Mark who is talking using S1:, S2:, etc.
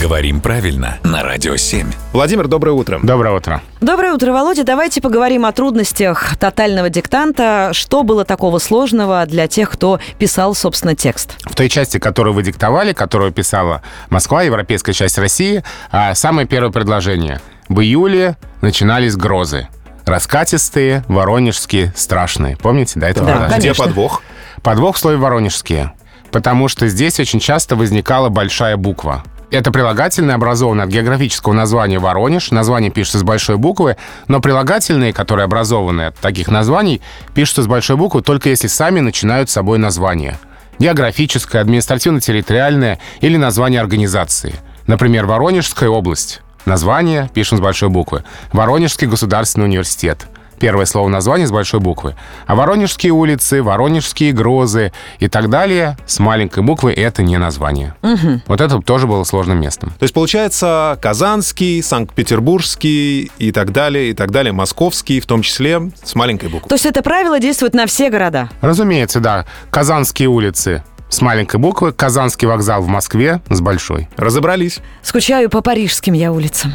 S1: Говорим правильно на Радио 7.
S2: Владимир, доброе утро.
S3: Доброе утро.
S4: Доброе утро, Володя. Давайте поговорим о трудностях тотального диктанта. Что было такого сложного для тех, кто писал, собственно, текст?
S3: В той части, которую вы диктовали, которую писала Москва, европейская часть России, а, самое первое предложение. В июле начинались грозы. Раскатистые, воронежские, страшные. Помните, да, это
S4: Да,
S3: продолжение?
S2: Где
S4: Конечно.
S2: подвох?
S3: Подвох в слове «воронежские», потому что здесь очень часто возникала большая буква. Это прилагательное образовано от географического названия «Воронеж». Название пишется с большой буквы, но прилагательные, которые образованы от таких названий, пишутся с большой буквы только если сами начинают с собой название. Географическое, административно-территориальное или название организации. Например, Воронежская область. Название пишем с большой буквы. Воронежский государственный университет. Первое слово названия с большой буквы. А Воронежские улицы, Воронежские грозы и так далее с маленькой буквы это не название. Вот это тоже было сложным местом.
S2: То есть получается Казанский, Санкт-Петербургский и так далее, и так далее, Московский, в том числе с маленькой буквы.
S4: То есть это правило действует на все города.
S3: Разумеется, да. Казанские улицы с маленькой буквы, Казанский вокзал в Москве с большой.
S2: Разобрались.
S4: Скучаю по парижским я улицам.